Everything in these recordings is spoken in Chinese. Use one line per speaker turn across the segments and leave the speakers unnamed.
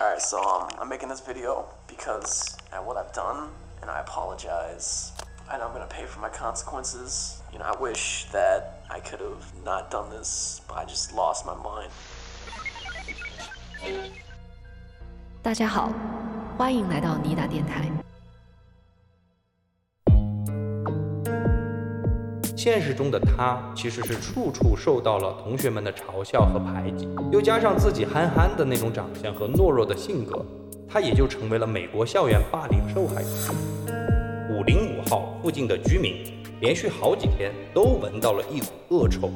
Alright, so um, I'm making this video because at what I've done, and I apologize. I know I'm gonna pay for my consequences. You know, I wish that I could have not done this, but I just lost my mind.
大家好，欢迎来到妮达电台。
现实中的他其实是处处受到了同学们的嘲笑和排挤，又加上自己憨憨的那种长相和懦弱的性格，他也就成为了美国校园霸凌受害者。五零五号附近的居民连续好几天都闻到了一股恶臭。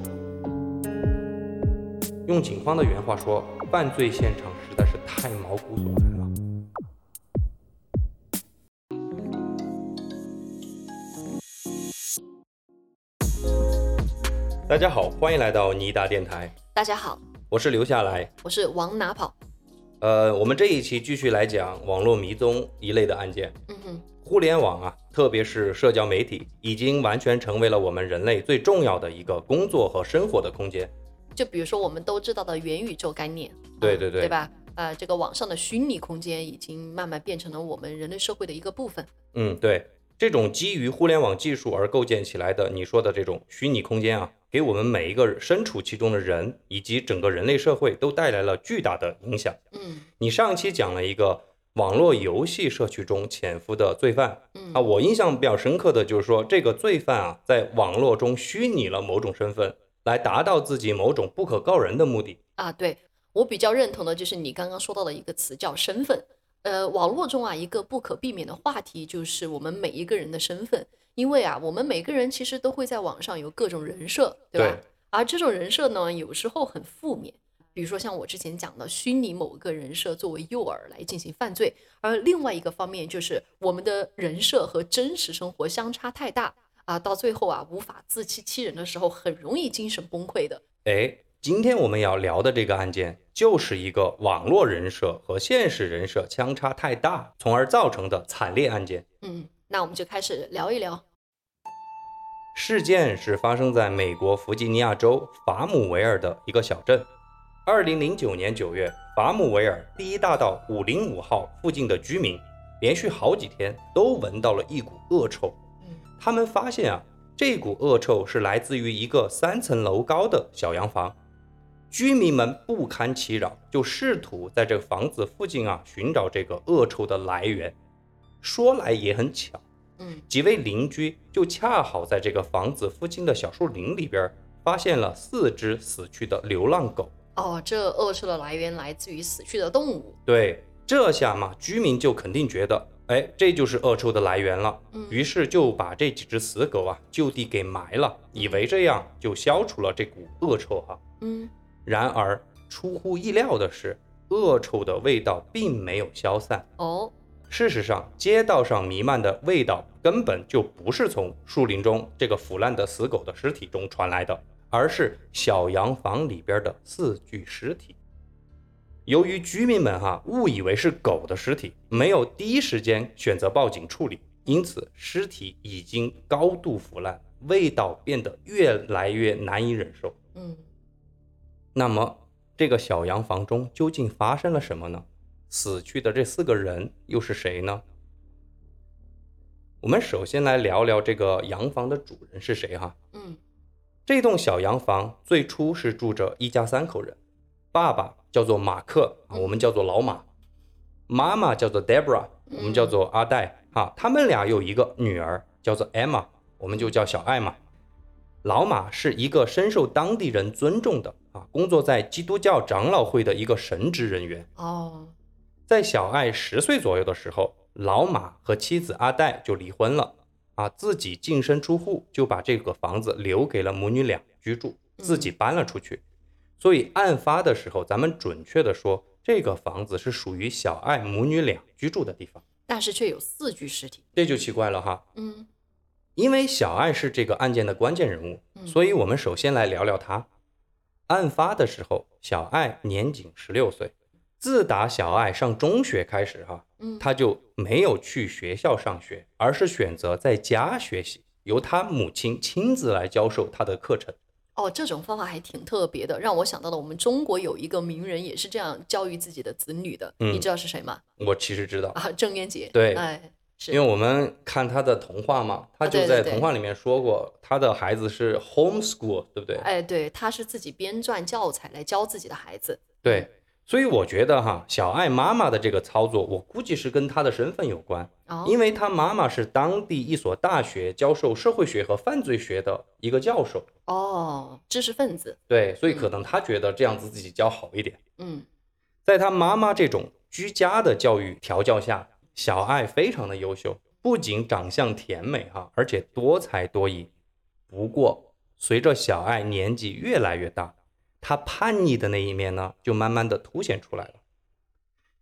用警方的原话说，犯罪现场实在是太毛骨悚然了。大家好，欢迎来到尼达电台，
大家好，
我是留下来。
我是往哪跑？
呃，我们这一期继续来讲网络迷踪一类的案件。
嗯哼，
互联网啊，特别是社交媒体，已经完全成为了我们人类最重要的一个工作和生活的空间。
就比如说我们都知道的元宇宙概念，
对对对
对吧？呃，这个网上的虚拟空间已经慢慢变成了我们人类社会的一个部分。
嗯，对，这种基于互联网技术而构建起来的你说的这种虚拟空间啊，给我们每一个身处其中的人以及整个人类社会都带来了巨大的影响。
嗯
你上期讲了一个网络游戏社区中潜伏的罪犯啊，
嗯
我印象比较深刻的就是说，这个罪犯啊，在网络中虚拟了某种身份，来达到自己某种不可告人的目的。
啊，对我比较认同的就是你刚刚说到的一个词叫身份。呃，网络中啊，一个不可避免的话题就是我们每一个人的身份，因为啊，我们每个人其实都会在网上有各种人设，对吧？
对
而这种人设呢，有时候很负面，比如说像我之前讲的，虚拟某个人设作为诱饵来进行犯罪；而另外一个方面就是我们的人设和真实生活相差太大啊，到最后啊无法自欺欺人的时候，很容易精神崩溃的。
哎，今天我们要聊的这个案件，就是一个网络人设和现实人设相差太大，从而造成的惨烈案件。
嗯，那我们就开始聊一聊。
事件是发生在美国弗吉尼亚州法姆维尔的一个小镇。二零零九年九月，法姆维尔第一大道五零五号附近的居民连续好几天都闻到了一股恶臭。
嗯
他们发现啊，这股恶臭是来自于一个三层楼高的小洋房。居民们不堪其扰，就试图在这个房子附近啊寻找这个恶臭的来源。说来也很巧，
嗯
几位邻居就恰好在这个房子附近的小树林里边发现了四只死去的流浪狗。
哦，这恶臭的来源来自于死去的动物。
对，这下嘛，居民就肯定觉得，哎，这就是恶臭的来源了。
嗯
于是就把这几只死狗啊就地给埋了，以为这样就消除了这股恶臭哈、
嗯，
然而出乎意料的是，恶臭的味道并没有消散。
哦，
事实上，街道上弥漫的味道根本就不是从树林中这个腐烂的死狗的尸体中传来的，而是小洋房里边的四具尸体。由于居民们哈、误以为是狗的尸体，没有第一时间选择报警处理，因此尸体已经高度腐烂，味道变得越来越难以忍受。
嗯
那么，这个小洋房中究竟发生了什么呢？死去的这四个人又是谁呢？我们首先来聊聊这个洋房的主人是谁哈。
嗯
这栋小洋房最初是住着一家三口人，爸爸叫做马克，啊
嗯
我们叫做老马；妈妈叫做 Debra，我们叫做阿黛哈。他们俩有一个女儿叫做 Emma，我们就叫小艾玛。老马是一个深受当地人尊重的啊，工作在基督教长老会的一个神职人员。
哦，
在小爱十岁左右的时候，老马和妻子阿黛就离婚了，啊，自己净身出户，就把这个房子留给了母女俩居住，自己搬了出去。所以案发的时候，咱们准确的说，这个房子是属于小爱母女俩居住的地方，
但是却有四具尸体。
这就奇怪了哈。
嗯
因为小爱是这个案件的关键人物，
嗯
所以我们首先来聊聊她。案发的时候，小爱年仅十六岁。自打小爱上中学开始、哈，
嗯
她就没有去学校上学，而是选择在家学习，由她母亲亲自来教授她的课程。
哦，这种方法还挺特别的，让我想到了我们中国有一个名人也是这样教育自己的子女的，
嗯
你知道是谁吗？
我其实知道，
啊，郑渊洁。
对
哎，是
因为我们看他的童话嘛，他
啊
就
对
在
对对
童话里面说过，他的孩子是 homeschool，对不对？
哎，对，他是自己编撰教材来教自己的孩子。
对，所以我觉得哈，小爱妈妈的这个操作，我估计是跟她的身份有关，
哦，
因为她妈妈是当地一所大学教授社会学和犯罪学的一个教授，
哦，知识分子，
对，所以
嗯
可能她觉得这样子自己教好一点。
嗯，
在她妈妈这种居家的教育调教下，小爱非常的优秀，不仅长相甜美哈、而且多才多艺。不过，随着小爱年纪越来越大，她叛逆的那一面呢，就慢慢的凸显出来了。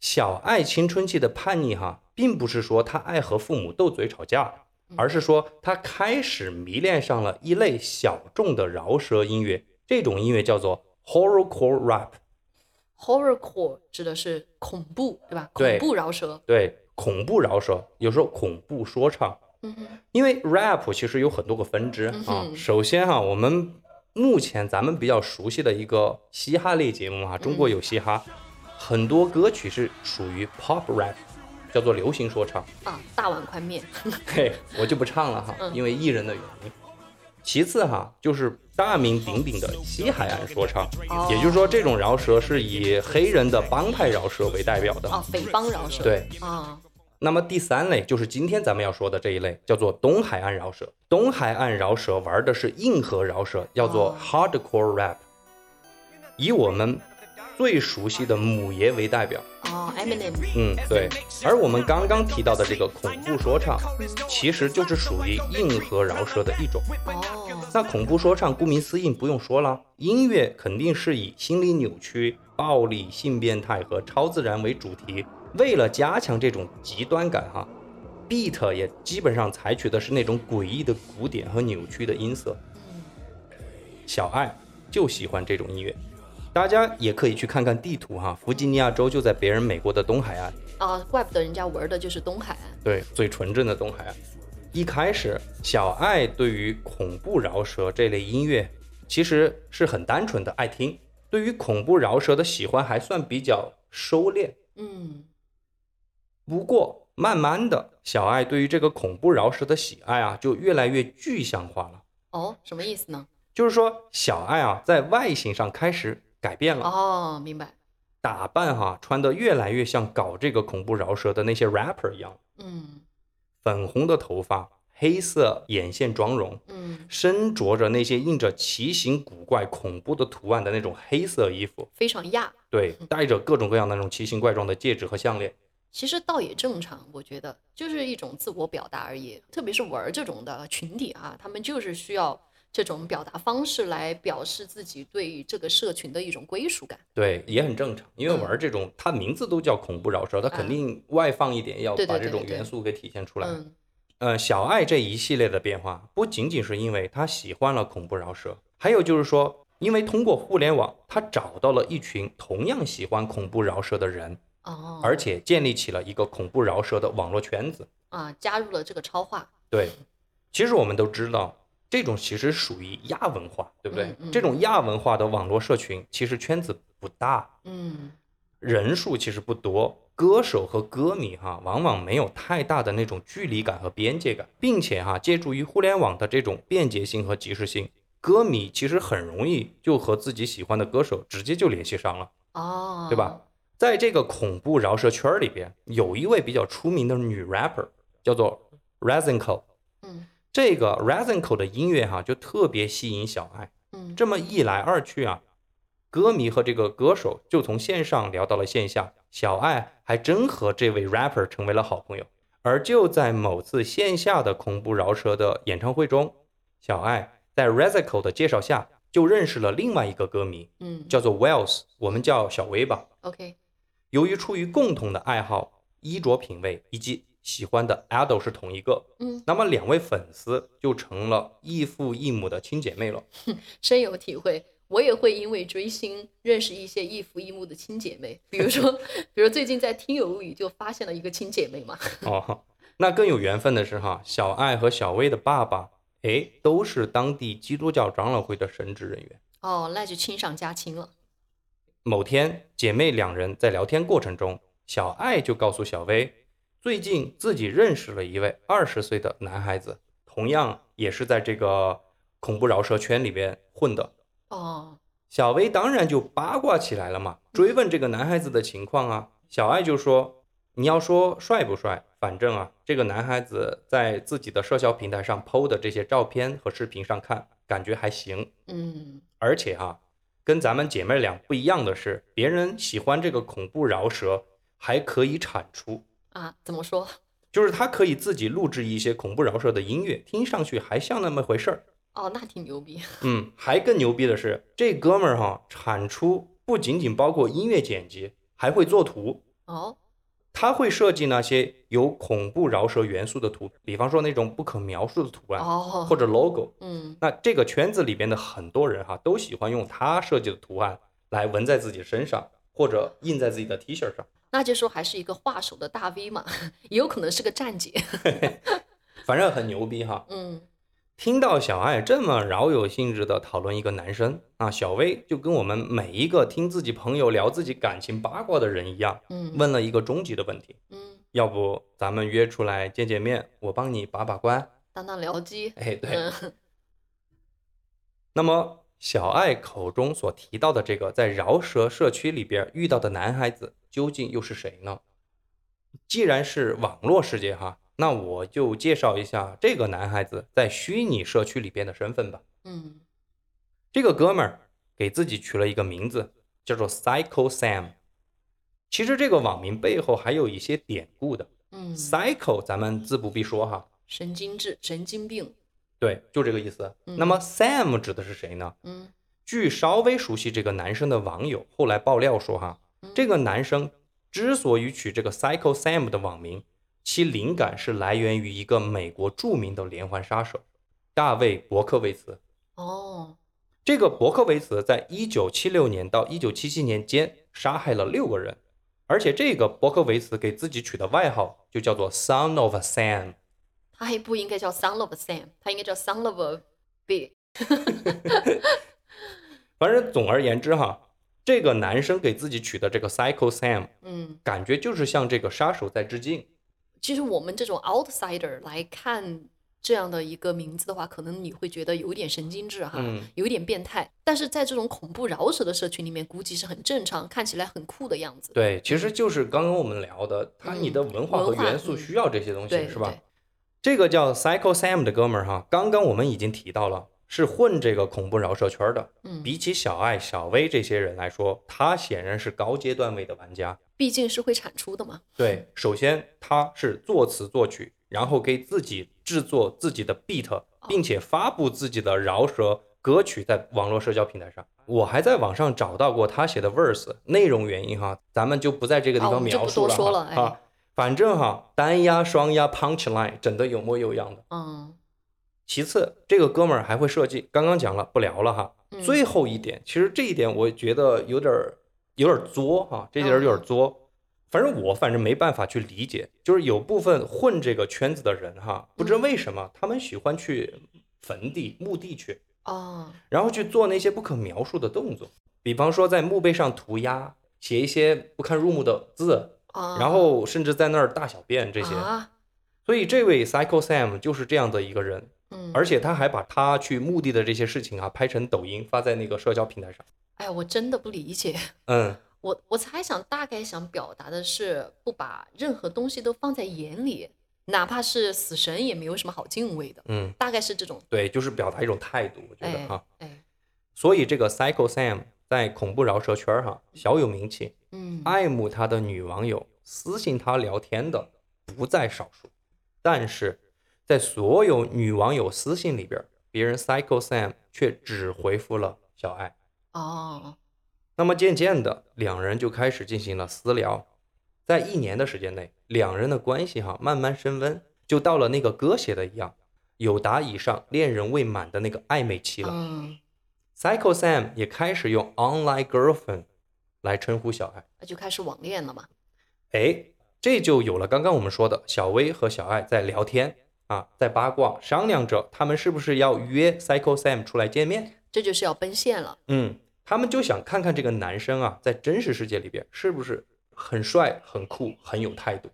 小爱青春期的叛逆哈、并不是说她爱和父母斗嘴吵架，而是说她开始迷恋上了一类小众的饶舌音乐，这种音乐叫做 horrorcore rap。
horrorcore 指的是恐怖，对吧？
对
恐怖饶舌。
对，恐怖饶舌，有时候恐怖说唱，
嗯哼，
因为 rap 其实有很多个分支
嗯
啊。
哼
首先哈、我们目前咱们比较熟悉的一个嘻哈类节目哈、啊中
嗯
国有嘻哈，很多歌曲是属于 pop rap，叫做流行说唱。
啊，大碗宽面。
嘿，我就不唱了哈，
嗯
因为艺人的原因。其次哈，就是大名鼎鼎的西海岸说唱，
哦
也就是说，这种饶舌是以黑人的帮派饶舌为代表的。
啊，匪帮饶舌。
对，
啊，
那么第三类就是今天咱们要说的这一类，叫做东海岸饶舌。东海岸饶舌玩的是硬核饶舌，叫做
哦
hardcore rap，以我们最熟悉的母爷为代表。
哦，Eminem，
嗯，对。而我们刚刚提到的这个恐怖说唱，其实就是属于硬核饶舌的一种。
哦，
那恐怖说唱顾名思义不用说了，音乐肯定是以心理扭曲、暴力、性变态和超自然为主题。为了加强这种极端感哈、b e a t 也基本上采取的是那种诡异的鼓点和扭曲的音色。小爱就喜欢这种音乐，大家也可以去看看地图哈、弗吉尼亚州就在别人美国的东海岸。
啊，怪不得人家玩的就是东海岸。
对，最纯正的东海岸。一开始，小爱对于恐怖饶舌这类音乐其实是很单纯的爱听，对于恐怖饶舌的喜欢还算比较收敛。
嗯，
不过，慢慢的，小爱对于这个恐怖饶舌的喜爱啊，就越来越具象化了。
哦，什么意思呢？
就是说，小爱啊，在外形上开始改变了，
哦，明白。
打扮哈、穿的越来越像搞这个恐怖饶舌的那些 rapper 一样，
嗯
粉红的头发，黑色眼线妆容，
嗯，
身着着那些印着奇形古怪、恐怖的图案的那种黑色衣服，
非常亚。
对，戴着各种各样的那种奇形怪状的戒指和项链。
其实倒也正常，我觉得就是一种自我表达而已。特别是玩儿这种的群体啊，他们就是需要这种表达方式来表示自己对这个社群的一种归属感。
对，也很正常，因为玩这种，它名字都叫恐怖饶舌，它肯定外放一点，要
对对
把
对
这种
对对
元素给体现出来。
嗯
呃，小爱这一系列的变化，不仅仅是因为她喜欢了恐怖饶舌，还有就是说，因为通过互联网，她找到了一群同样喜欢恐怖饶舌的人，
哦，
而且建立起了一个恐怖饶舌的网络圈子。
啊，加入了这个超话。
对，其实我们都知道，这种其实属于亚文化，对不对？
嗯嗯
这种亚文化的网络社群，其实圈子不大，
嗯
人数其实不多，歌手和歌迷哈、往往没有太大的那种距离感和边界感，并且哈、借助于互联网的这种便捷性和及时性。歌迷其实很容易就和自己喜欢的歌手直接就联系上了，
哦，
对吧？？在这个恐怖饶舌圈儿里边，有一位比较出名的女 rapper 叫做 Razinko，
嗯
这个 Razinko 的音乐哈、就特别吸引小爱。
嗯，
这么一来二去啊，歌迷和这个歌手就从线上聊到了线下，小爱还真和这位 rapper 成为了好朋友。而就在某次线下的恐怖饶舌的演唱会中，小爱在 Razinko 的介绍下就认识了另外一个歌迷，
嗯
叫做 Wells，我们叫小威吧。
，OK，
由于出于共同的爱好、衣着品味以及喜欢的 idol 是同一个，
嗯，
那么两位粉丝就成了异父异母的亲姐妹了。
深有体会。我也会因为追星认识一些异父异母的亲姐妹，比如说， 比如最近在《听友物语》就发现了一个亲姐妹嘛。
哦，那更有缘分的是哈，小爱和小薇的爸爸哎，都是当地基督教长老会的神职人员。
哦，那就亲上加亲了。
某天，姐妹两人在聊天过程中，小爱就告诉小薇，最近自己认识了一位二十岁的男孩子，同样也是在这个恐怖饶舌圈里边混的。
哦，
小薇当然就八卦起来了嘛，追问这个男孩子的情况啊。小爱就说：“你要说帅不帅，反正啊，这个男孩子在自己的社交平台上 PO 的这些照片和视频上看，感觉还行。
嗯，
而且哈、跟咱们姐妹俩不一样的是，别人喜欢这个恐怖饶舌，还可以产出，
啊，怎么说？
就是他可以自己录制一些恐怖饶舌的音乐，听上去还像那么回事儿。”
哦，那挺牛逼。
嗯，还更牛逼的是，这哥们儿哈，产出不仅仅包括音乐剪辑，还会做图。
哦，
他会设计那些有恐怖饶舌元素的图，比方说那种不可描述的图案
哦，
或者 logo。
嗯，
那这个圈子里边的很多人哈，都喜欢用他设计的图案来纹在自己身上，或者印在自己的 T 恤上。
那就说还是一个画手的大 V 嘛，也有可能是个站姐。
反正很牛逼哈！
嗯，
听到小爱这么饶有兴致的讨论一个男生啊，小薇就跟我们每一个听自己朋友聊自己感情八卦的人一样，
嗯，
问了一个终极的问题，
嗯，
要不咱们约出来见见面，我帮你把把关。
当当僚机。
哎，对。
嗯，
那么小爱口中所提到的这个在饶舌社区里边遇到的男孩子，究竟又是谁呢？既然是网络世界哈，那我就介绍一下这个男孩子在虚拟社区里边的身份吧。
嗯，
这个哥们儿给自己取了一个名字，叫做 Psycho Sam。其实这个网名背后还有一些典故的。
嗯，
Psycho 咱们自不必说哈，
神经质，神经病。
对，就这个意思。
嗯
那么 Sam 指的是谁呢？
嗯，
据稍微熟悉这个男生的网友后来爆料说，哈
嗯，
这个男生之所以取这个 Psycho Sam 的网名，其灵感是来源于一个美国著名的连环杀手大卫·伯克维茨。
哦，
这个伯克维茨在一九七六年到一九七七年间杀害了六个人，而且这个伯克维茨给自己取的外号就叫做 “Son of Sam”。
他还不应该叫 Son of Sam，他应该叫 Son of B。
反正总而言之哈，这个男生给自己取的这个 “Psycho Sam”，
嗯，
感觉就是向这个杀手在致敬。
其实我们这种 outsider 来看这样的一个名字的话，可能你会觉得有点神经质哈，
嗯
有点变态。但是在这种恐怖饶舌的社群里面，估计是很正常，看起来很酷的样子。
对，其实就是刚刚我们聊的，它
嗯
你的文化和
文化
元素
嗯
需要这些东西，
对，
是吧
对？？
这个叫 Psycho Sam 的哥们儿哈，刚刚我们已经提到了，是混这个恐怖饶舌圈的。
嗯，
比起小爱、小薇这些人来说，他显然是高阶段位的玩家。
毕竟是会产出的嘛。
对，首先他是作词作曲，然后给自己制作自己的
哦
beat，并且发布自己的饶舌歌曲在网络社交平台上。我还在网上找到过他写的 verse 内容原因哈，咱们就不在这个地
啊我
方
们就
描
不
述
多
了
说
哈
了哎
啊。反正哈，单押、双押、punch line 整的有模有样的。
嗯，
其次，这个哥们儿还会设计，刚刚讲了，不聊了哈。
嗯
最后一点，其实这一点我觉得有点儿有点儿作哈、这点儿
嗯
有点儿作。反正我反正没办法去理解，就是有部分混这个圈子的人哈，不
嗯
知为什么他们喜欢去坟地、墓地去，
哦，
然后去做那些不可描述的动作，比方说在墓碑上涂鸦，写一些不堪入目的字，
啊，
然后甚至在那儿大小便这些。
啊，
所以这位 Psycho Sam 就是这样的一个人，
嗯，
而且他还把他去墓地的这些事情啊拍成抖音发在那个社交平台上。
哎呀，我真的不理解。
嗯，
我我猜想大概想表达的是，不把任何东西都放在眼里，哪怕是死神也没有什么好敬畏的，
嗯，
大概是这种。
对，就是表达一种态度，我觉得
哎
哈。
哎，
所以这个 Psycho Sam 在恐怖饶舌圈儿哈小有名气，
嗯，
爱慕他的女网友私信他聊天的不在少数，但是在所有女网友私信里边儿，别人 Psycho Sam 却只回复了小爱。
哦，
那么渐渐的，两人就开始进行了私聊，在一年的时间内，两人的关系哈慢慢升温，就到了那个歌写的一样，有达以上恋人未满的那个暧昧期了。
嗯，
Psycho Sam 也开始用 online girlfriend 来称呼小爱，
那就开始网恋了嘛。
哎，这就有了刚刚我们说的小薇和小爱在聊天啊，在八卦商量着他们是不是要约 Psycho Sam 出来见面。
这就是要奔现了。
嗯，他们就想看看这个男生啊，在真实世界里边是不是很帅、很酷、很有态度。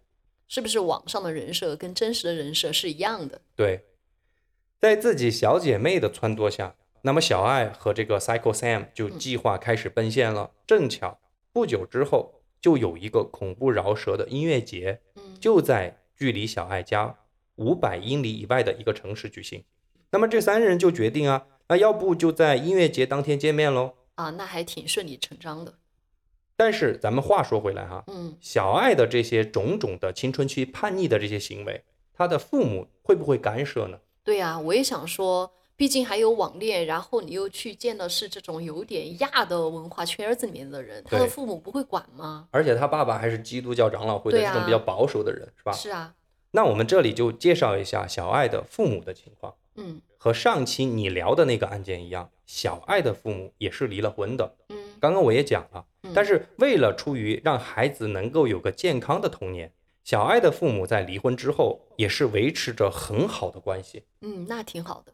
是不是网上的人设跟真实的人设是一样的？
对，在自己小姐妹的撺掇下，那么小爱和这个 Psycho Sam 就计划开始奔现了。正巧不久之后就有一个恐怖饶舌的音乐节，
嗯，
就在距离小爱家五百英里以外的一个城市举行。那么这三人就决定啊，那要不就在音乐节当天见面喽。
啊，那还挺顺理成章的。
但是咱们话说回来哈、
嗯，
小爱的这些种种的青春期叛逆的这些行为，她的父母会不会干涉呢？
对呀、我也想说，毕竟还有网恋，然后你又去见的是这种有点亚的文化圈子里面的人，他的
对
父母不会管吗？
而且他爸爸还是基督教长老会的
对
这
啊
种比较保守的人，是吧？
是啊，
那我们这里就介绍一下小爱的父母的情况。
嗯
和上期你聊的那个案件一样，小爱的父母也是离了婚的。
嗯
刚刚我也讲了，
嗯
但是为了出于让孩子能够有个健康的童年，小爱的父母在离婚之后也是维持着很好的关系。
嗯，那挺好的。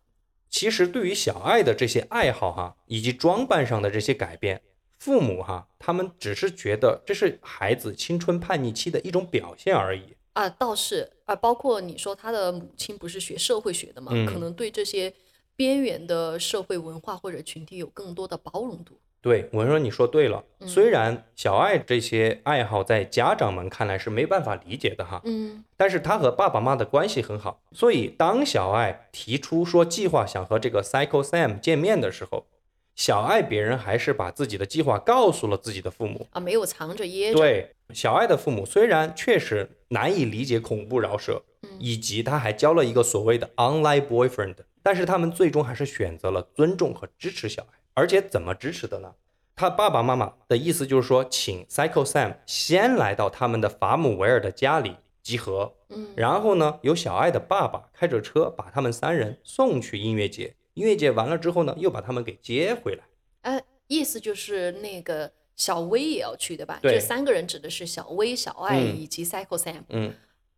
其实对于小爱的这些爱好哈、以及装扮上的这些改变，父母哈、他们只是觉得这是孩子青春叛逆期的一种表现而已。
啊，倒是啊，包括你说他的母亲不是学社会学的嘛，可
嗯
能对这些边缘的社会文化或者群体有更多的包容度。
对，我说你说对了。
嗯
虽然小爱这些爱好在家长们看来是没办法理解的哈，
嗯
但是她和爸爸妈妈的关系很好，所以当小爱提出说计划想和这个 Psycho Sam 见面的时候，小爱别人还是把自己的计划告诉了自己的父母。
啊，没有藏着掖着。
对，小爱的父母虽然确实难以理解恐怖饶舌，
嗯
以及她还交了一个所谓的 online boyfriend，但是他们最终还是选择了尊重和支持小爱，而且怎么支持的呢？他爸爸妈妈的意思就是说，请 Psycho Sam 先来到他们的法姆维尔的家里集合，
嗯
然后呢，由小爱的爸爸开着车把他们三人送去音乐节。音乐节完了之后呢，又把他们给接回来。
哎、意思就是那个小薇也要去，对吧？这
对
三个人指的是小薇、小爱
嗯
以及 Psycho Sam、
嗯，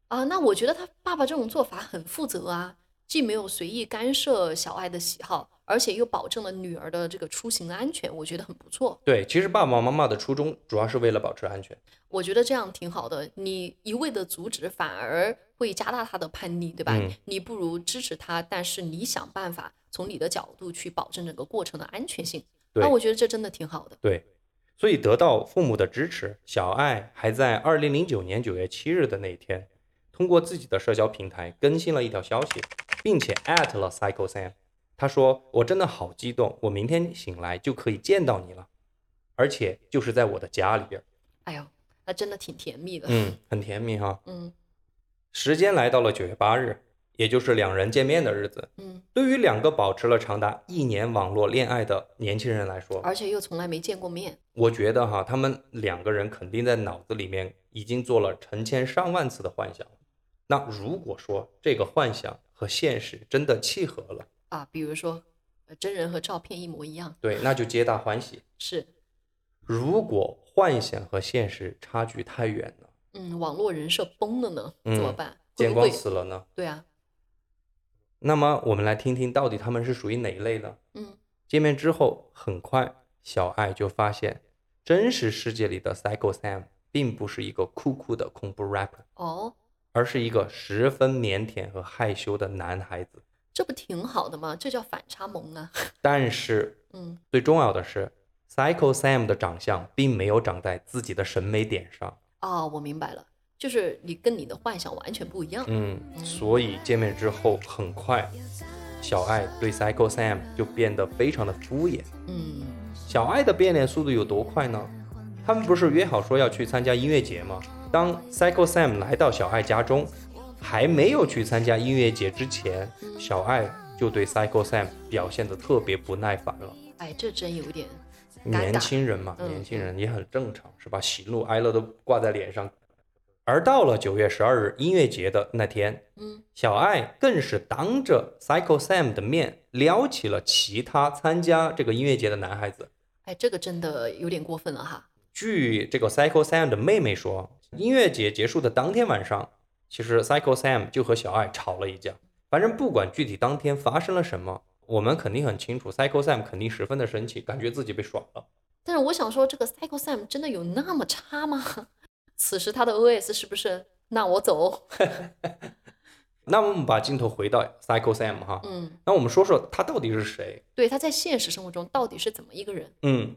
啊。那我觉得他爸爸这种做法很负责啊，既没有随意干涉小爱的喜好，而且又保证了女儿的这个出行的安全，我觉得很不错。
对，其实爸爸妈妈的初衷主要是为了保持安全。
我觉得这样挺好的。你一味的阻止，反而会加大他的叛逆，对吧？
嗯
你不如支持他，但是你想办法从你的角度去保证整个过程的安全性。
对
那我觉得这真的挺好的。
对，所以得到父母的支持，小爱还在二零零九年九月七日的那一天，通过自己的社交平台更新了一条消息，并且 at 了 Psycho Sam。他说：“我真的好激动，我明天醒来就可以见到你了，而且就是在我的家里边儿。
哎呦，那真的挺甜蜜的。
嗯，很甜蜜哈。
嗯
时间来到了九月八日，也就是两人见面的日子。
嗯，
对于两个保持了长达一年网络恋爱的年轻人来说，
而且又从来没见过面。
我觉得哈，他们两个人肯定在脑子里面已经做了成千上万次的幻想了。那如果说这个幻想和现实真的契合了，
啊，比如说，呃真人和照片一模一样，
对，那就皆大欢喜。
是，
如果幻想和现实差距太远了，
嗯，网络人设崩了呢，怎么
嗯
办？会
见
不
光
会？
死了呢？
对啊，
那么我们来听听到底他们是属于哪一类呢？
嗯，
见面之后，很快小爱就发现，真实世界里的 Psycho Sam 并不是一个酷酷的恐怖 rapper，
哦，
而是一个十分腼腆和害羞的男孩子。
这不挺好的吗？这叫反差萌啊。
但是
嗯
最重要的是，Psycho Sam 的长相并没有长在自己的审美点上，
哦，我明白了，就是你跟你的幻想完全不一样。
嗯，所以见面之后，很快小爱对 Psycho Sam 就变得非常的敷衍。
嗯，
小爱的变脸速度有多快呢？他们不是约好说要去参加音乐节吗？当 Psycho Sam 来到小爱家中，还没有去参加音乐节之前，小爱就对 Psycho Sam 表现得特别不耐烦了。
哎，这真有点尴
嗯年
尬
轻人嘛，
嗯
年轻人也很正常，是吧？喜怒哀乐都挂在脸上。而到了九月十二日音乐节的那天，
嗯，
小爱更是当着 Psycho Sam 的面撩起了其他参加这个音乐节的男孩子。
哎，这个真的有点过分了哈。
据这个 Psycho Sam 的妹妹说，音乐节结束的当天晚上，其实 Psycho Sam 就和小爱吵了一架，反正不管具体当天发生了什么，我们肯定很清楚，Psycho Sam 肯定十分的生气，感觉自己被耍了。
但是我想说，这个 Psycho Sam 真的有那么差吗？ 此时他的 OS 是不是那我走？
那我们把镜头回到 Psycho Sam 哈，
嗯，
那我们说说他到底是谁？
对，他在现实生活中到底是怎么一个人？
嗯，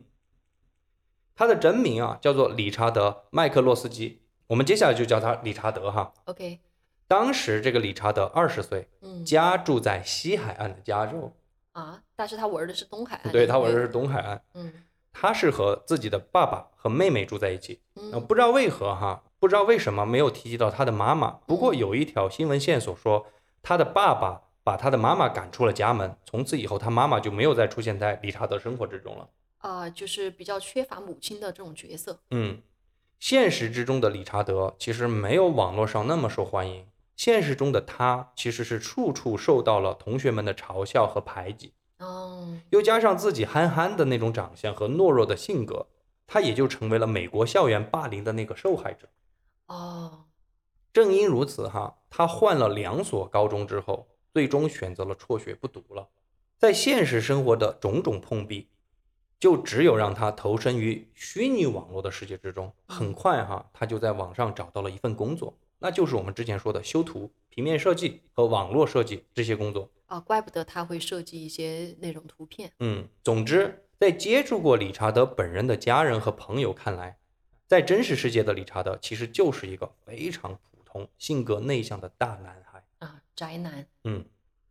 他的真名啊叫做理查德·麦克洛斯基，我们接下来就叫他理查德哈。
OK，
当时这个理查德二十岁，
嗯
家住在西海岸的加州，
啊，但是他玩的是东海岸，
啊对他玩的是，东海岸。
嗯
他是和自己的爸爸和妹妹住在一起。那
嗯
呃不知道为何哈，不知道为什么没有提及到他的妈妈。不过有一条新闻线索说，他的爸爸把他的妈妈赶出了家门，从此以后他妈妈就没有再出现在理查德生活之中了。
啊、就是比较缺乏母亲的这种角色，
嗯，现实之中的理查德其实没有网络上那么受欢迎。现实中的他其实是处处受到了同学们的嘲笑和排挤。
嗯
又加上自己憨憨的那种长相和懦弱的性格，他也就成为了美国校园霸凌的那个受害者。
哦，
正因如此，哈，他换了两所高中之后，最终选择了辍学不读了。在现实生活的种种碰壁，就只有让他投身于虚拟网络的世界之中。很快，哈，他就在网上找到了一份工作，那就是我们之前说的修图、平面设计和网络设计这些工作。
啊，怪不得他会设计一些那种图片，
嗯，总之，在接触过理查德本人的家人和朋友看来，在真实世界的理查德其实就是一个非常普通、性格内向的大男孩。
啊，宅男，
嗯，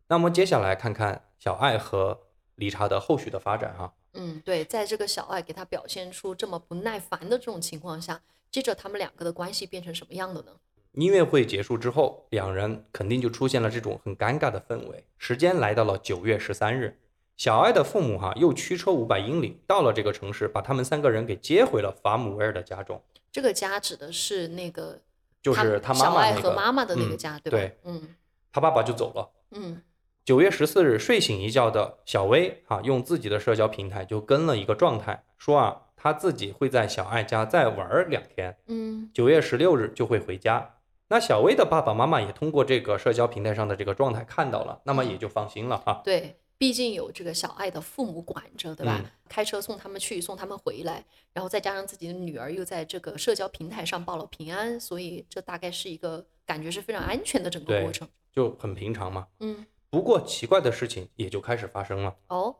那么接下来看看小爱和理查德后续的发展哈、
嗯，对，在这个小爱给他表现出这么不耐烦的这种情况下，接着他们两个的关系变成什么样的呢？
音乐会结束之后，两人肯定就出现了这种很尴尬的氛围。时间来到了九月十三日，小爱的父母哈、又驱车五百英里到了这个城市，把他们三个人给接回了法姆维尔的家中，
这个家指的是那个
就
他
是
们
他妈
小
妈
爱
那
和
个
妈妈的那个
嗯
家，对吧？
对，
嗯
他爸爸就走了。
嗯
九月十四日睡醒一觉的小薇啊，用自己的社交平台就跟了一个状态，说啊，她自己会在小爱家再玩儿两天，
嗯
九月十六日就会回家。那小薇的爸爸妈妈也通过这个社交平台上的这个状态看到了，那么也就放心了啊。
对，毕竟有这个小爱的父母管着，对吧？
嗯
开车送他们去，送他们回来，然后再加上自己的女儿又在这个社交平台上报了平安，所以这大概是一个感觉是非常安全的整个过
对
程。
就很平常嘛。
嗯，
不过奇怪的事情也就开始发生了。
哦，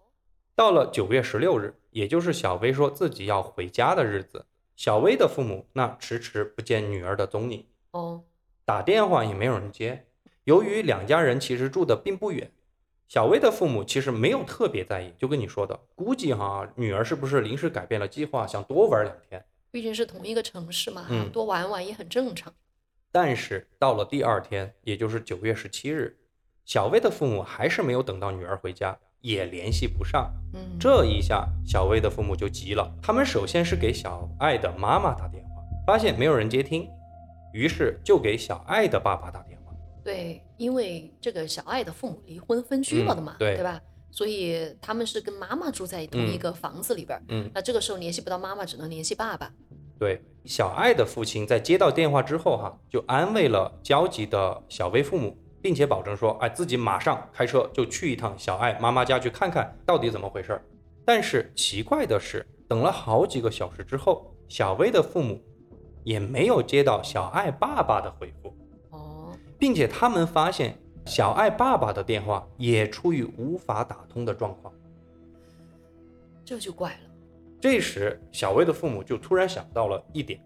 到了九月十六日，也就是小薇说自己要回家的日子，小薇的父母那迟迟不见女儿的踪影。
哦，
打电话也没有人接。由于两家人其实住的并不远，小薇的父母其实没有特别在意，就跟你说的，估计哈女儿是不是临时改变了计划，想多玩两天。
毕竟是同一个城市嘛，
嗯
多玩玩也很正常。
但是到了第二天，也就是九月十七日，小薇的父母还是没有等到女儿回家，也联系不上。
嗯，
这一下，小薇的父母就急了。他们首先是给小爱的妈妈打电话，发现没有人接听，于是就给小爱的爸爸打电话。
对，因为这个小爱的父母离婚分居了的嘛，
嗯对
吧？所以他们是跟妈妈住在同一个房子里边儿。
嗯，
那这个时候联系不到妈妈，只能联系爸爸。
对，小爱的父亲在接到电话之后、哈，就安慰了焦急的小薇父母，并且保证说，哎，自己马上开车就去一趟小爱妈妈家去看看到底怎么回事儿。但是奇怪的是，等了好几个小时之后，小薇的父母也没有接到小爱爸爸的回复，
哦，
并且他们发现小爱爸爸的电话也处于无法打通的状况。
这就怪了。
这时，小薇的父母就突然想到了一点：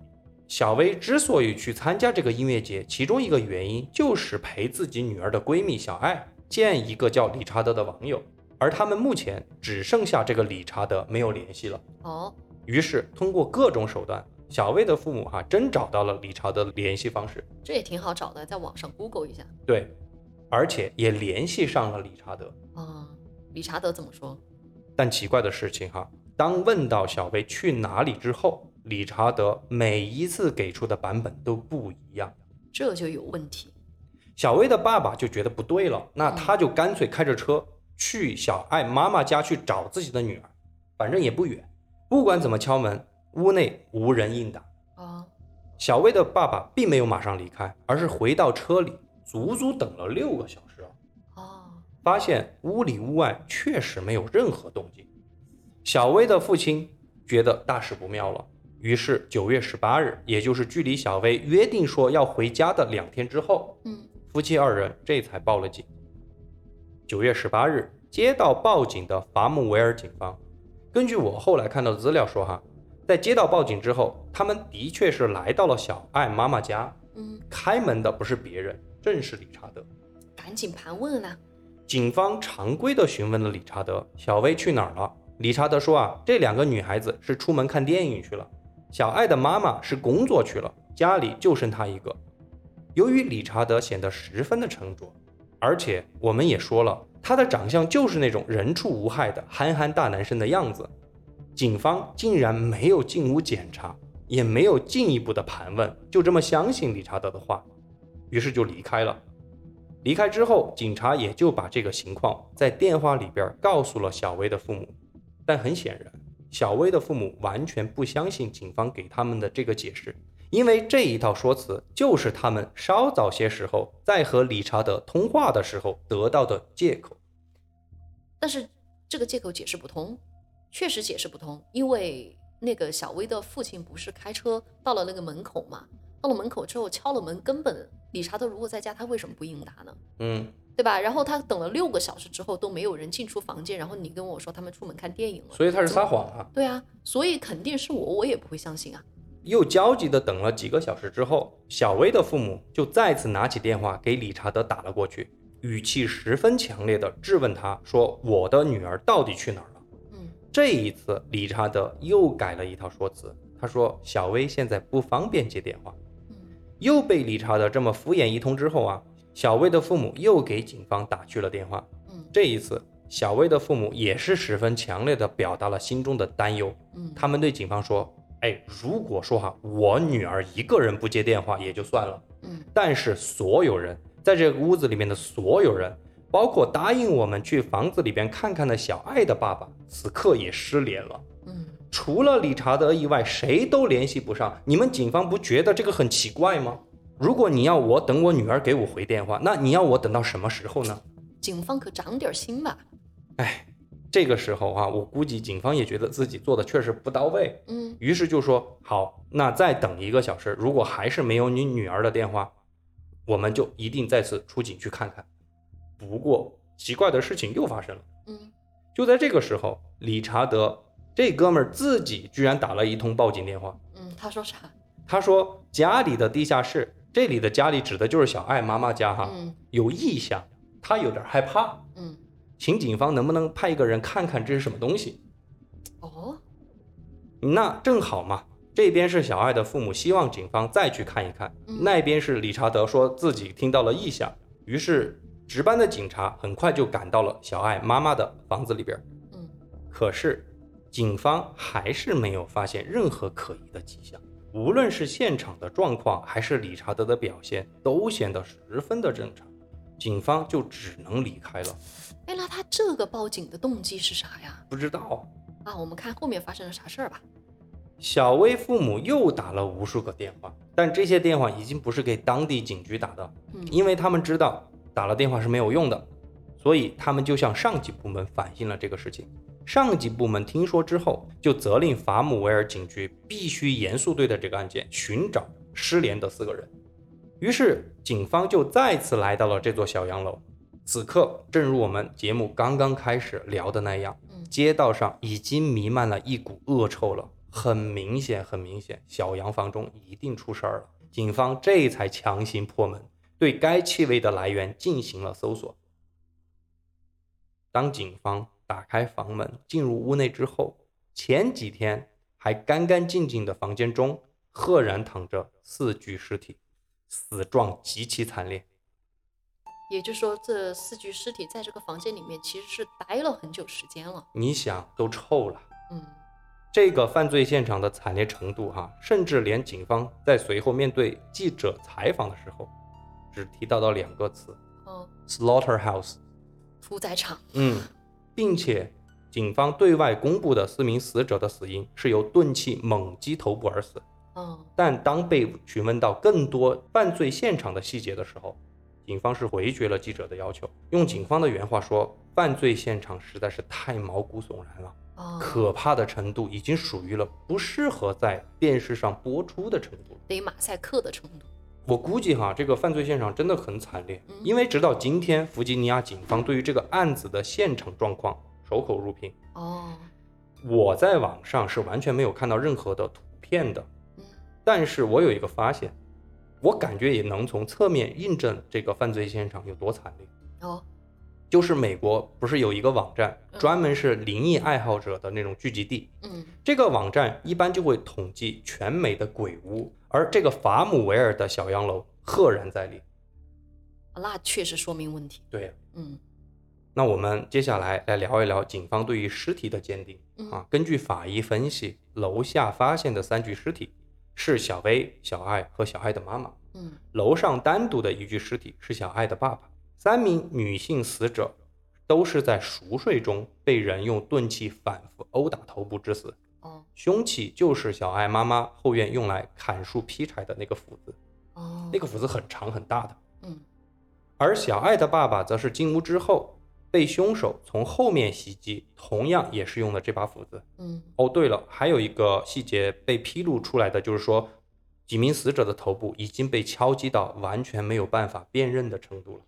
小薇之所以去参加这个音乐节，其中一个原因就是陪自己女儿的闺蜜小爱见一个叫理查德的网友，而他们目前只剩下这个理查德没有联系了。
哦，
于是，通过各种手段，小薇的父母哈、真找到了理查德的联系方式，
这也挺好找的，在网上 Google 一下。
对，而且也联系上了理查德。哦
啊、理查德怎么说？
但奇怪的事情哈，当问到小薇去哪里之后，理查德每一次给出的版本都不一样。
这就有问题。
小薇的爸爸就觉得不对了，那他就干脆开着车去小爱妈妈家去找自己的女儿，反正也不远。不管怎么敲门，屋内无人应答。
啊、
小薇的爸爸并没有马上离开，而是回到车里，足足等了六个小时啊！
哦，
发现屋里屋外确实没有任何动静。小薇的父亲觉得大事不妙了，于是九月十八日，也就是距离小薇约定说要回家的两天之后，
嗯，
夫妻二人这才报了警。九月十八日，接到报警的伐木维尔警方，根据我后来看到的资料说哈，在接到报警之后，他们的确是来到了小艾妈妈家，
嗯，
开门的不是别人，正是理查德。
赶紧盘问啊！
警方常规的询问了理查德，小薇去哪儿了？理查德说啊，这两个女孩子是出门看电影去了，小爱的妈妈是工作去了，家里就剩他一个。由于理查德显得十分的沉着，而且我们也说了，他的长相就是那种人畜无害的憨憨大男生的样子，警方竟然没有进屋检查，也没有进一步的盘问，就这么相信理查德的话，于是就离开了。离开之后，警察也就把这个情况在电话里边告诉了小薇的父母，但很显然，小薇的父母完全不相信警方给他们的这个解释，因为这一套说辞就是他们稍早些时候在和理查德通话的时候得到的借口。
但是这个借口解释不通，确实解释不通，因为那个小薇的父亲不是开车到了那个门口嘛？到了门口之后敲了门，根本理查德如果在家，他为什么不应答呢？
嗯，
对吧？然后他等了六个小时之后都没有人进出房间，然后你跟我说他们出门看电影了，
所以他是撒谎啊。
对啊，所以肯定是我，我也不会相信啊。
又焦急地等了几个小时之后，小薇的父母就再次拿起电话给理查德打了过去，语气十分强烈地质问他说：“我的女儿到底去哪儿了
嗯，？”
这一次，理查德又改了一套说辞，他说：“小薇现在不方便接电话。
嗯”
又被理查德这么敷衍一通之后啊，小薇的父母又给警方打去了电话。
嗯
这一次，小薇的父母也是十分强烈地表达了心中的担忧。
嗯，
他们对警方说：“哎，如果说哈，我女儿一个人不接电话也就算了，
嗯
但是所有人在这个屋子里面的所有人，包括答应我们去房子里边看看的小爱的爸爸，此刻也失联了。
嗯，
除了理查德以外，谁都联系不上。你们警方不觉得这个很奇怪吗？如果你要我等我女儿给我回电话，那你要我等到什么时候呢？”
警方可长点心吧。
这个时候啊，我估计警方也觉得自己做的确实不到位，
嗯
于是就说好，那再等一个小时，如果还是没有你女儿的电话，我们就一定再次出警去看看。不过奇怪的事情又发生了，
嗯
就在这个时候，理查德这哥们儿自己居然打了一通报警电话，
嗯，他说啥？
他说家里的地下室，这里的家里指的就是小爱妈妈家哈，
嗯
有异响，他有点害怕，
嗯，
请警方能不能派一个人看看这是什么东西？
哦，
那正好嘛，这边是小爱的父母希望警方再去看一看，
嗯
那边是理查德说自己听到了异响，于是值班的警察很快就赶到了小爱妈妈的房子里边。
嗯，
可是警方还是没有发现任何可疑的迹象，无论是现场的状况还是理查德的表现，都显得十分的正常，警方就只能离开了。
哎，那他这个报警的动机是啥呀？
不知道
啊，我们看后面发生了啥事儿吧。
小薇父母又打了无数个电话，但这些电话已经不是给当地警局打的，
嗯
因为他们知道打了电话是没有用的，所以他们就向上级部门反映了这个事情。上级部门听说之后，就责令法姆维尔警局必须严肃对待这个案件，寻找失联的四个人。于是，警方就再次来到了这座小洋楼。此刻，正如我们节目刚刚开始聊的那样
嗯，
街道上已经弥漫了一股恶臭了。很明显，很明显，小洋房中一定出事儿了。警方这才强行破门，对该气味的来源进行了搜索。当警方打开房门进入屋内之后，前几天还干干净净的房间中，赫然躺着四具尸体，死状极其惨烈。
也就是说，这四具尸体在这个房间里面其实是待了很久时间了。
你想，都臭了。
嗯
这个犯罪现场的惨烈程度、哈，甚至连警方在随后面对记者采访的时候，只提到了两个词
哦，
：slaughterhouse。
屠宰场。
嗯，并且警方对外公布的四名死者的死因是由钝器猛击头部而死。
哦，
但当被询问到更多犯罪现场的细节的时候，警方是回绝了记者的要求。用警方的原话说，犯罪现场实在是太毛骨悚然了，
哦，
可怕的程度已经属于了不适合在电视上播出的程度。
得马赛克的程度。
我估计哈，这个犯罪现场真的很惨烈
嗯，
因为直到今天，弗吉尼亚警方对于这个案子的现场状况守口如瓶。
哦，
我在网上是完全没有看到任何的图片的，
嗯，
但是我有一个发现，我感觉也能从侧面印证这个犯罪现场有多惨烈。
哦，
就是美国不是有一个网站
嗯
专门是灵异爱好者的那种聚集地，
嗯，
这个网站一般就会统计全美的鬼屋，而这个法姆维尔的小洋楼赫然在列。
啊那确实说明问题。
对呀、啊
嗯
那我们接下来来聊一聊警方对于尸体的鉴定
嗯
啊。根据法医分析，楼下发现的三具尸体是小薇、小爱和小爱的妈妈，
嗯
楼上单独的一具尸体是小爱的爸爸。三名女性死者都是在熟睡中被人用钝器反复殴打头部致死，
哦
凶器就是小爱妈妈后院用来砍树劈柴的那个斧子，
哦，
那个斧子很长很大的。
嗯
而小爱的爸爸则是进屋之后被凶手从后面袭击，同样也是用了这把斧子。
嗯
哦，对了，还有一个细节被披露出来的，就是说几名死者的头部已经被敲击到完全没有办法辨认的程度了。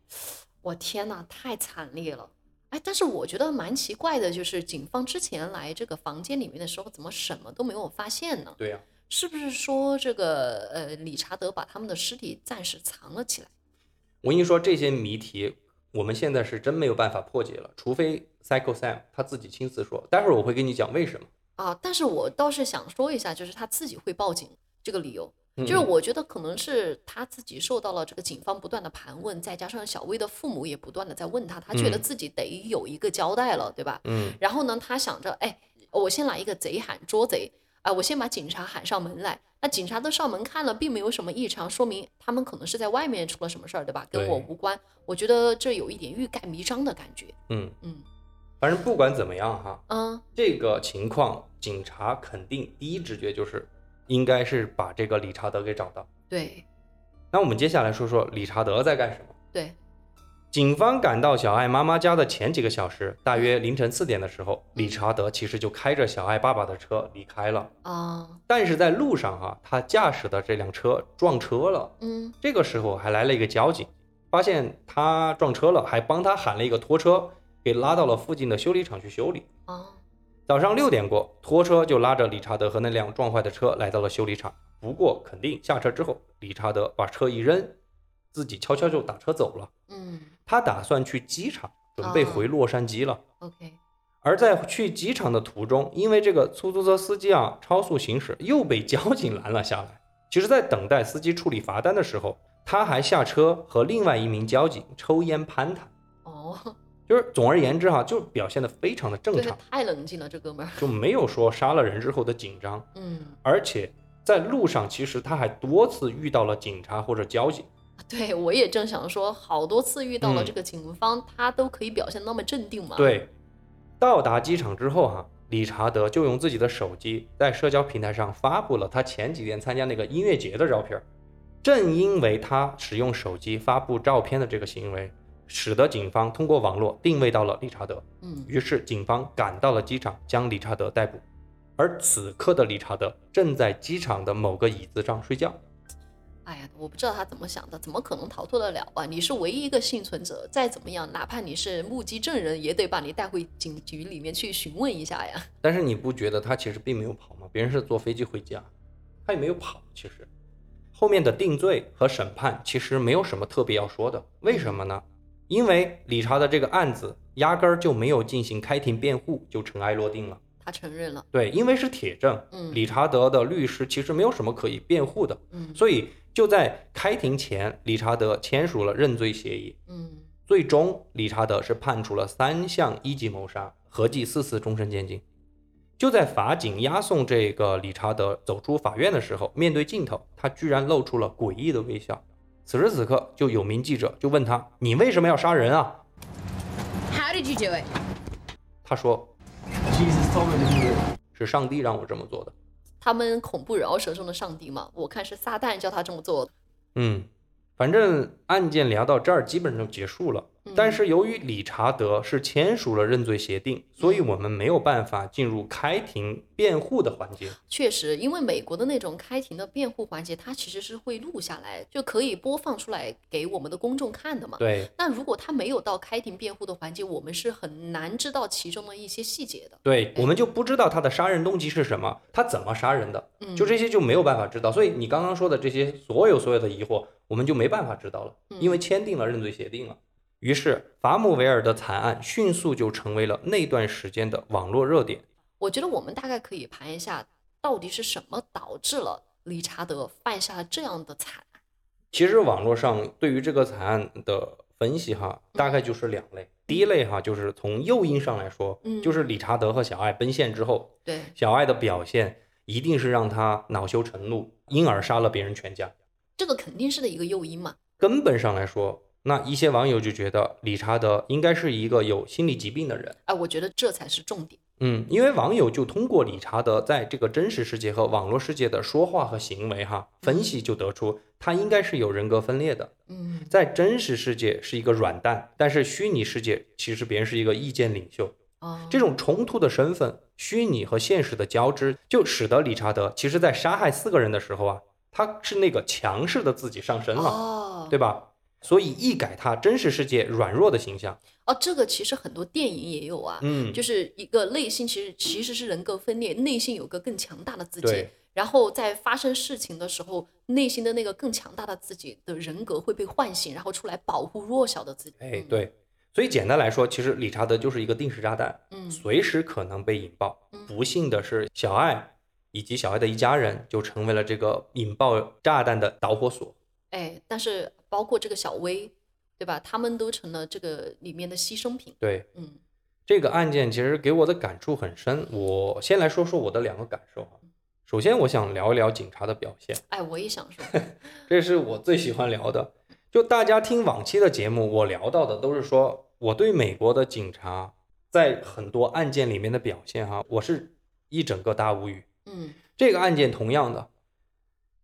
我天呐，太惨烈了！哎，但是我觉得蛮奇怪的，就是警方之前来这个房间里面的时候，怎么什么都没有发现呢？
对呀、啊
是不是说这个呃，理查德把他们的尸体暂时藏了起来？
我跟你说，这些谜题我们现在是真没有办法破解了，除非 Psycho Sam 他自己亲自说。待会儿我会跟你讲为什么。
啊，但是我倒是想说一下，就是他自己会报警这个理由，就是
嗯
我觉得可能是他自己受到了这个警方不断的盘问，再加上小薇的父母也不断的在问他，他觉得
嗯
自己得有一个交代了，对吧？
嗯，
然后呢，他想着，哎，我先来一个贼喊捉贼啊、我先把警察喊上门来。那警察都上门看了，并没有什么异常，说明他们可能是在外面出了什么事儿，对吧？跟我
对
无关。我觉得这有一点欲盖弥彰的感觉。
嗯
嗯
反正不管怎么样哈，
嗯
这个情况，警察肯定第一直觉就是应该是把这个理查德给找到。
对
那我们接下来说说理查德在干什么。
对，
警方赶到小爱妈妈家的前几个小时，大约凌晨四点的时候，理查德其实就开着小爱爸爸的车离开了。
啊、
但是在路上啊，他驾驶的这辆车撞车了。
嗯，
这个时候还来了一个交警，发现他撞车了，还帮他喊了一个拖车，给拉到了附近的修理厂去修理。
啊，
早上六点过，拖车就拉着理查德和那辆撞坏的车来到了修理厂。不过，肯定下车之后，理查德把车一扔，自己悄悄就打车走了。
嗯
他打算去机场，准备回洛杉矶了。
，OK，
而在去机场的途中，因为这个出租车司机啊超速行驶，又被交警拦了下来。其实，在等待司机处理罚单的时候，他还下车和另外一名交警抽烟攀谈。
哦，
就是总而言之哈、就表现得非常的正
对，
常，
太冷静了，这哥们儿。
就没有说杀了人之后的紧张。
嗯，
而且在路上，其实他还多次遇到了警察或者交警。
对我也正想说，好多次遇到了
嗯
这个警方，他都可以表现那么镇定嘛。，
对，到达机场之后哈、理查德就用自己的手机在社交平台上发布了他前几天参加那个音乐节的照片儿。正因为他使用手机发布照片的这个行为，使得警方通过网络定位到了理查德。
嗯
于是警方赶到了机场，将理查德逮捕。而此刻的理查德正在机场的某个椅子上睡觉。
哎呀，我不知道他怎么想的，怎么可能逃脱得了啊？你是唯一一个幸存者，再怎么样，哪怕你是目击证人，也得把你带回警局里面去询问一下呀。
但是你不觉得他其实并没有跑吗？别人是坐飞机回家，他也没有跑。其实后面的定罪和审判其实没有什么特别要说的，为什么呢？因为理查的这个案子压根儿就没有进行开庭辩护，就尘埃落定了。
他承认了，
对，因为是铁证，
嗯
理查德的律师其实没有什么可以辩护的，
嗯
所以就在开庭前，理查德签署了认罪协议。
嗯，
最终，理查德是判处了三项一级谋杀，合计四次终身监禁。就在法警押送这个理查德走出法院的时候，面对镜头，他居然露出了诡异的微笑。此时此刻，就有名记者就问他：“你为什么要杀人啊
How did you do it? ？”
他说
Jesus told me to do it.：“
是上帝让我这么做的。
他们恐怖饶舌中的上帝嘛，我看是撒旦叫他这么做的。”
嗯，反正案件聊到这儿基本上就结束了。但是由于理查德是签署了认罪协定，所以我们没有办法进入开庭辩护的环节。
确实，因为美国的那种开庭的辩护环节，它其实是会录下来，就可以播放出来给我们的公众看的嘛。
对
那如果他没有到开庭辩护的环节，我们是很难知道其中的一些细节的。
对，我们就不知道他的杀人动机是什么，他怎么杀人的，就这些就没有办法知道。所以你刚刚说的这些所有所有的疑惑，我们就没办法知道了，因为签订了认罪协定了。于是，法姆维尔的惨案迅速就成为了那段时间的网络热点。
我觉得我们大概可以盘一下，到底是什么导致了理查德犯下了这样的惨案？
其实网络上对于这个惨案的分析哈，大概就是两类。第一类哈，就是从诱因上来说，
嗯
就是理查德和小爱奔现之后，
对，
小爱的表现一定是让他恼羞成怒，因而杀了别人全家。
这个肯定是的一个诱因嘛。
根本上来说，那一些网友就觉得理查德应该是一个有心理疾病的人。
哎，我觉得这才是重点。
嗯，因为网友就通过理查德在这个真实世界和网络世界的说话和行为哈，分析就得出他应该是有人格分裂的。
嗯，
在真实世界是一个软蛋，但是虚拟世界其实别人是一个意见领袖。
哦，
这种冲突的身份，虚拟和现实的交织，就使得理查德其实在杀害四个人的时候啊，他是那个强势的自己上身了，
哦，
对吧？所以一改他真实世界软弱的形象，
哦，这个其实很多电影也有啊，
嗯，
就是一个内心其实其实是人格分裂，内心有个更强大的自己
对，
然后在发生事情的时候，内心的那个更强大的自己的人格会被唤醒，然后出来保护弱小的自己。
哎
嗯，，
对。所以简单来说，其实理查德就是一个定时炸弹，
嗯
随时可能被引爆。不幸的是，小爱以及小爱的一家人就成为了这个引爆炸弹的导火索。
哎，但是包括这个小薇，对吧？他们都成了这个里面的牺牲品。
对，
嗯
这个案件其实给我的感触很深。我先来说说我的两个感受啊。首先，我想聊一聊警察的表现，
哎，我也想说，
这是我最喜欢聊的。就大家听往期的节目，我聊到的都是说我对美国的警察在很多案件里面的表现哈、我是一整个大无语。
嗯，
这个案件同样的，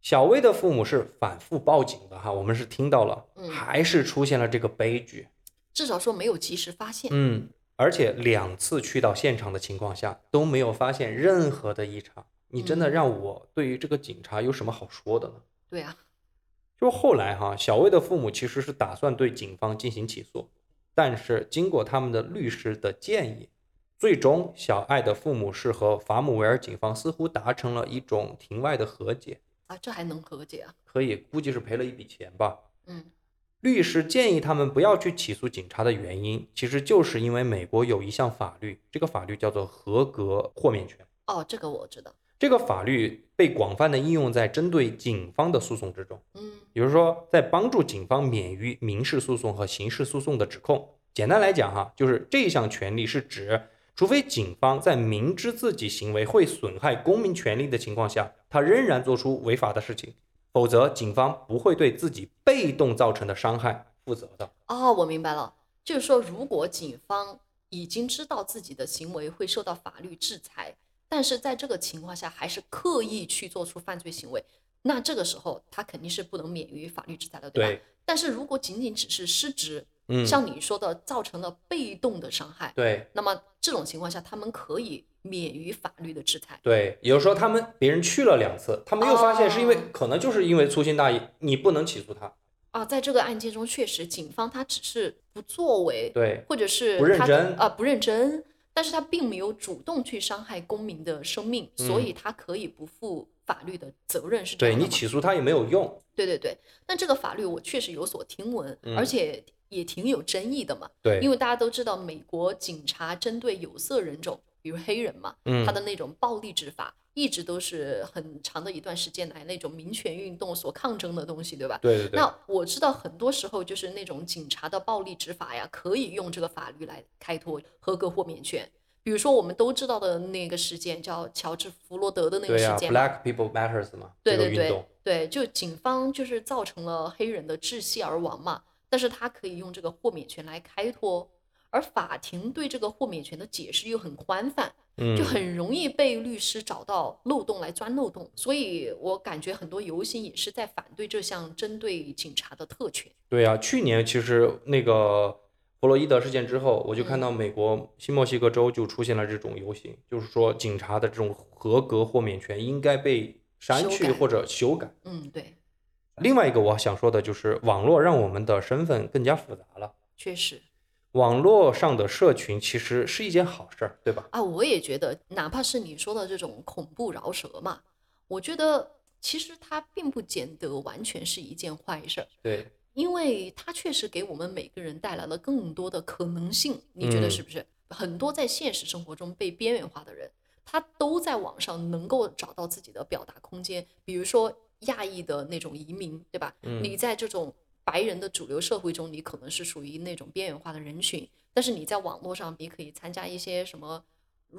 小薇的父母是反复报警的哈，我们是听到了，还是出现了这个悲剧。
至少说没有及时发现。
嗯，而且两次去到现场的情况下都没有发现任何的异常，你真的
嗯
让我对于这个警察有什么好说的呢？
对啊，
就后来哈，小薇的父母其实是打算对警方进行起诉，但是经过他们的律师的建议，最终小爱的父母是和法姆维尔警方似乎达成了一种庭外的和解，
啊，这还能和解啊？
可以估计是赔了一笔钱吧。
嗯
律师建议他们不要去起诉警察的原因，其实就是因为美国有一项法律，这个法律叫做合格豁免权。
哦，这个我知道。
这个法律被广泛的应用在针对警方的诉讼之中，
嗯
比如说在帮助警方免于民事诉讼和刑事诉讼的指控。简单来讲，哈，就是这项权利是指，除非警方在明知自己行为会损害公民权利的情况下，他仍然做出违法的事情，否则警方不会对自己被动造成的伤害负责的。
哦，我明白了，就是说，如果警方已经知道自己的行为会受到法律制裁，但是在这个情况下还是刻意去做出犯罪行为，那这个时候他肯定是不能免于法律制裁的，对吧？
对
但是如果仅仅只是失职，
嗯
像你说的造成了被动的伤害，
对
那么这种情况下他们可以免于法律的制裁。
对，也就是说，他们别人去了两次，他们又发现是因为、
哦
可能就是因为粗心大意，你不能起诉他。
啊，在这个案件中，确实警方他只是不作为，
对
或者是
不认
他的
真
啊、不认真，但是他并没有主动去伤害公民的生命，所以他可以不负法律的责任，是这
嗯对
样的
你
吗
起诉他也没有用。
对对对，但这个法律我确实有所听闻，而且也挺有争议的嘛，
嗯对
因为大家都知道美国警察针对有色人种，比如黑人嘛，
嗯
他的那种暴力执法。一直都是很长的一段时间来那种民权运动所抗争的东西，对吧？
对对对，
那我知道很多时候就是那种警察的暴力执法呀，可以用这个法律来开脱合格豁免权。比如说我们都知道的那个事件，叫乔治·弗罗德的那个
对
事
呀、
件
b l
嘛，
a c k People Matters 嘛，
对
这个
对
运
对
动。
对，就警方就是造成了黑人的窒息而亡嘛，但是他可以用这个豁免权来开脱，而法庭对这个豁免权的解释又很宽泛，
嗯
就很容易被律师找到漏洞来钻漏洞。所以我感觉很多游行也是在反对这项针对警察的特权。
对啊，去年其实那个弗洛伊德事件之后，我就看到
嗯
美国新墨西哥州就出现了这种游行，就是说警察的这种合格豁免权应该被删
修
去
改
或者修改。
嗯，对，
另外一个我想说的就是，网络让我们的身份更加复杂了。
确实
网络上的社群其实是一件好事儿，对吧？
啊，我也觉得，哪怕是你说的这种恐怖饶舌嘛，我觉得其实它并不见得完全是一件坏事儿。
对，
因为它确实给我们每个人带来了更多的可能性，你觉得
嗯
是不是？很多在现实生活中被边缘化的人，他都在网上能够找到自己的表达空间。比如说亚裔的那种移民，对吧？
嗯
你在这种白人的主流社会中，你可能是属于那种边缘化的人群，但是你在网络上，你可以参加一些什么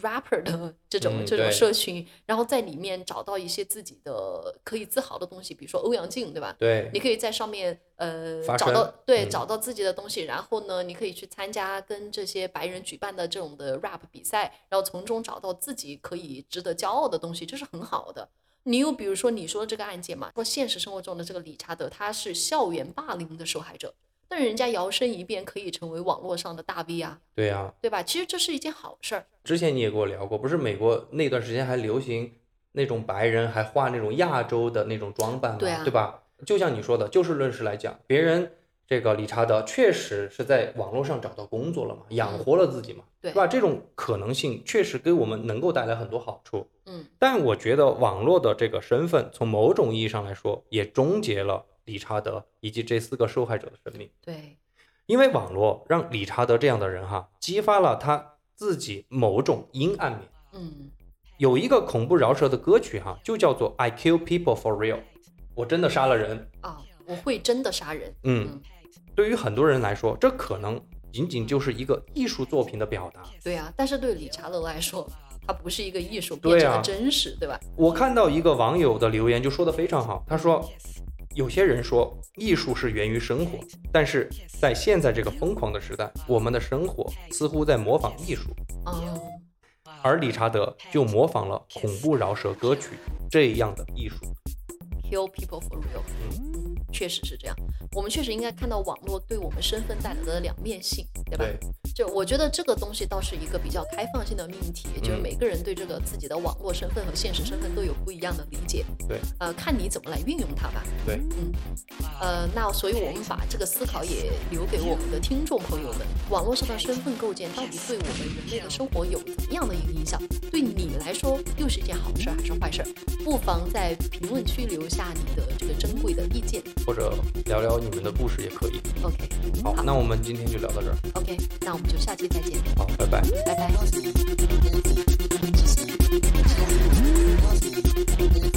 rapper 的这种、
嗯
这种
对
社群，然后在里面找到一些自己的可以自豪的东西，比如说欧阳靖，对吧？
对
你，可以在上面呃
发
找
声
到对、
嗯
找到自己的东西，然后呢，你可以去参加跟这些白人举办的这种的 rap 比赛，然后从中找到自己可以值得骄傲的东西，这是很好的。你又比如说你说这个案件嘛，说现实生活中的这个理查德他是校园霸凌的受害者，但人家摇身一变可以成为网络上的大 V 啊，
对啊。
对吧？其实这是一件好事儿，
之前你也跟我聊过，不是美国那段时间还流行那种白人还画那种亚洲的那种装扮嘛，
对啊
吧？就像你说的，就事论事来讲，别人这个理查德确实是在网络上找到工作了嘛，养活了自己嘛，
嗯对
是吧？这种可能性确实给我们能够带来很多好处。
嗯，
但我觉得网络的这个身份，从某种意义上来说，也终结了理查德以及这四个受害者的生命。
对，
因为网络让理查德这样的人哈，激发了他自己某种阴暗面。
嗯，
有一个恐怖饶舌的歌曲哈，就叫做《I Kill People for Real》，我真的杀了人。
啊，我会真的杀人，
嗯，对于很多人来说，这可能仅仅就是一个艺术作品的表达。
对啊，但是对理查德来说，它不是一个艺术，
对
变成
啊
了真实，对吧？
我看到一个网友的留言就说的非常好，他说，有些人说艺术是源于生活，但是在现在这个疯狂的时代，我们的生活似乎在模仿艺术，
嗯，
而理查德就模仿了恐怖饶舌歌曲这样的艺术。
kill people for real，嗯，确实是这样。我们确实应该看到网络对我们身份带来的两面性，对吧？就我觉得这个东西倒是一个比较开放性的命题，
嗯
就是每个人对这个自己的网络身份和现实身份都有不一样的理解，
对
呃，看你怎么来运用它吧。
对，
嗯，呃，那所以我们把这个思考也留给我们的听众朋友们，网络上的身份构建到底对我们人类的生活有怎样的一个影响？对你来说又是一件好事儿还是坏事儿？不妨在评论区留下你的这个珍贵的意见。
或者聊聊你们的故事也可以。
OK，嗯
好，那我们今天就聊到这儿。
OK，那我们就下期再见，
好，拜拜。
拜拜。
Thank you.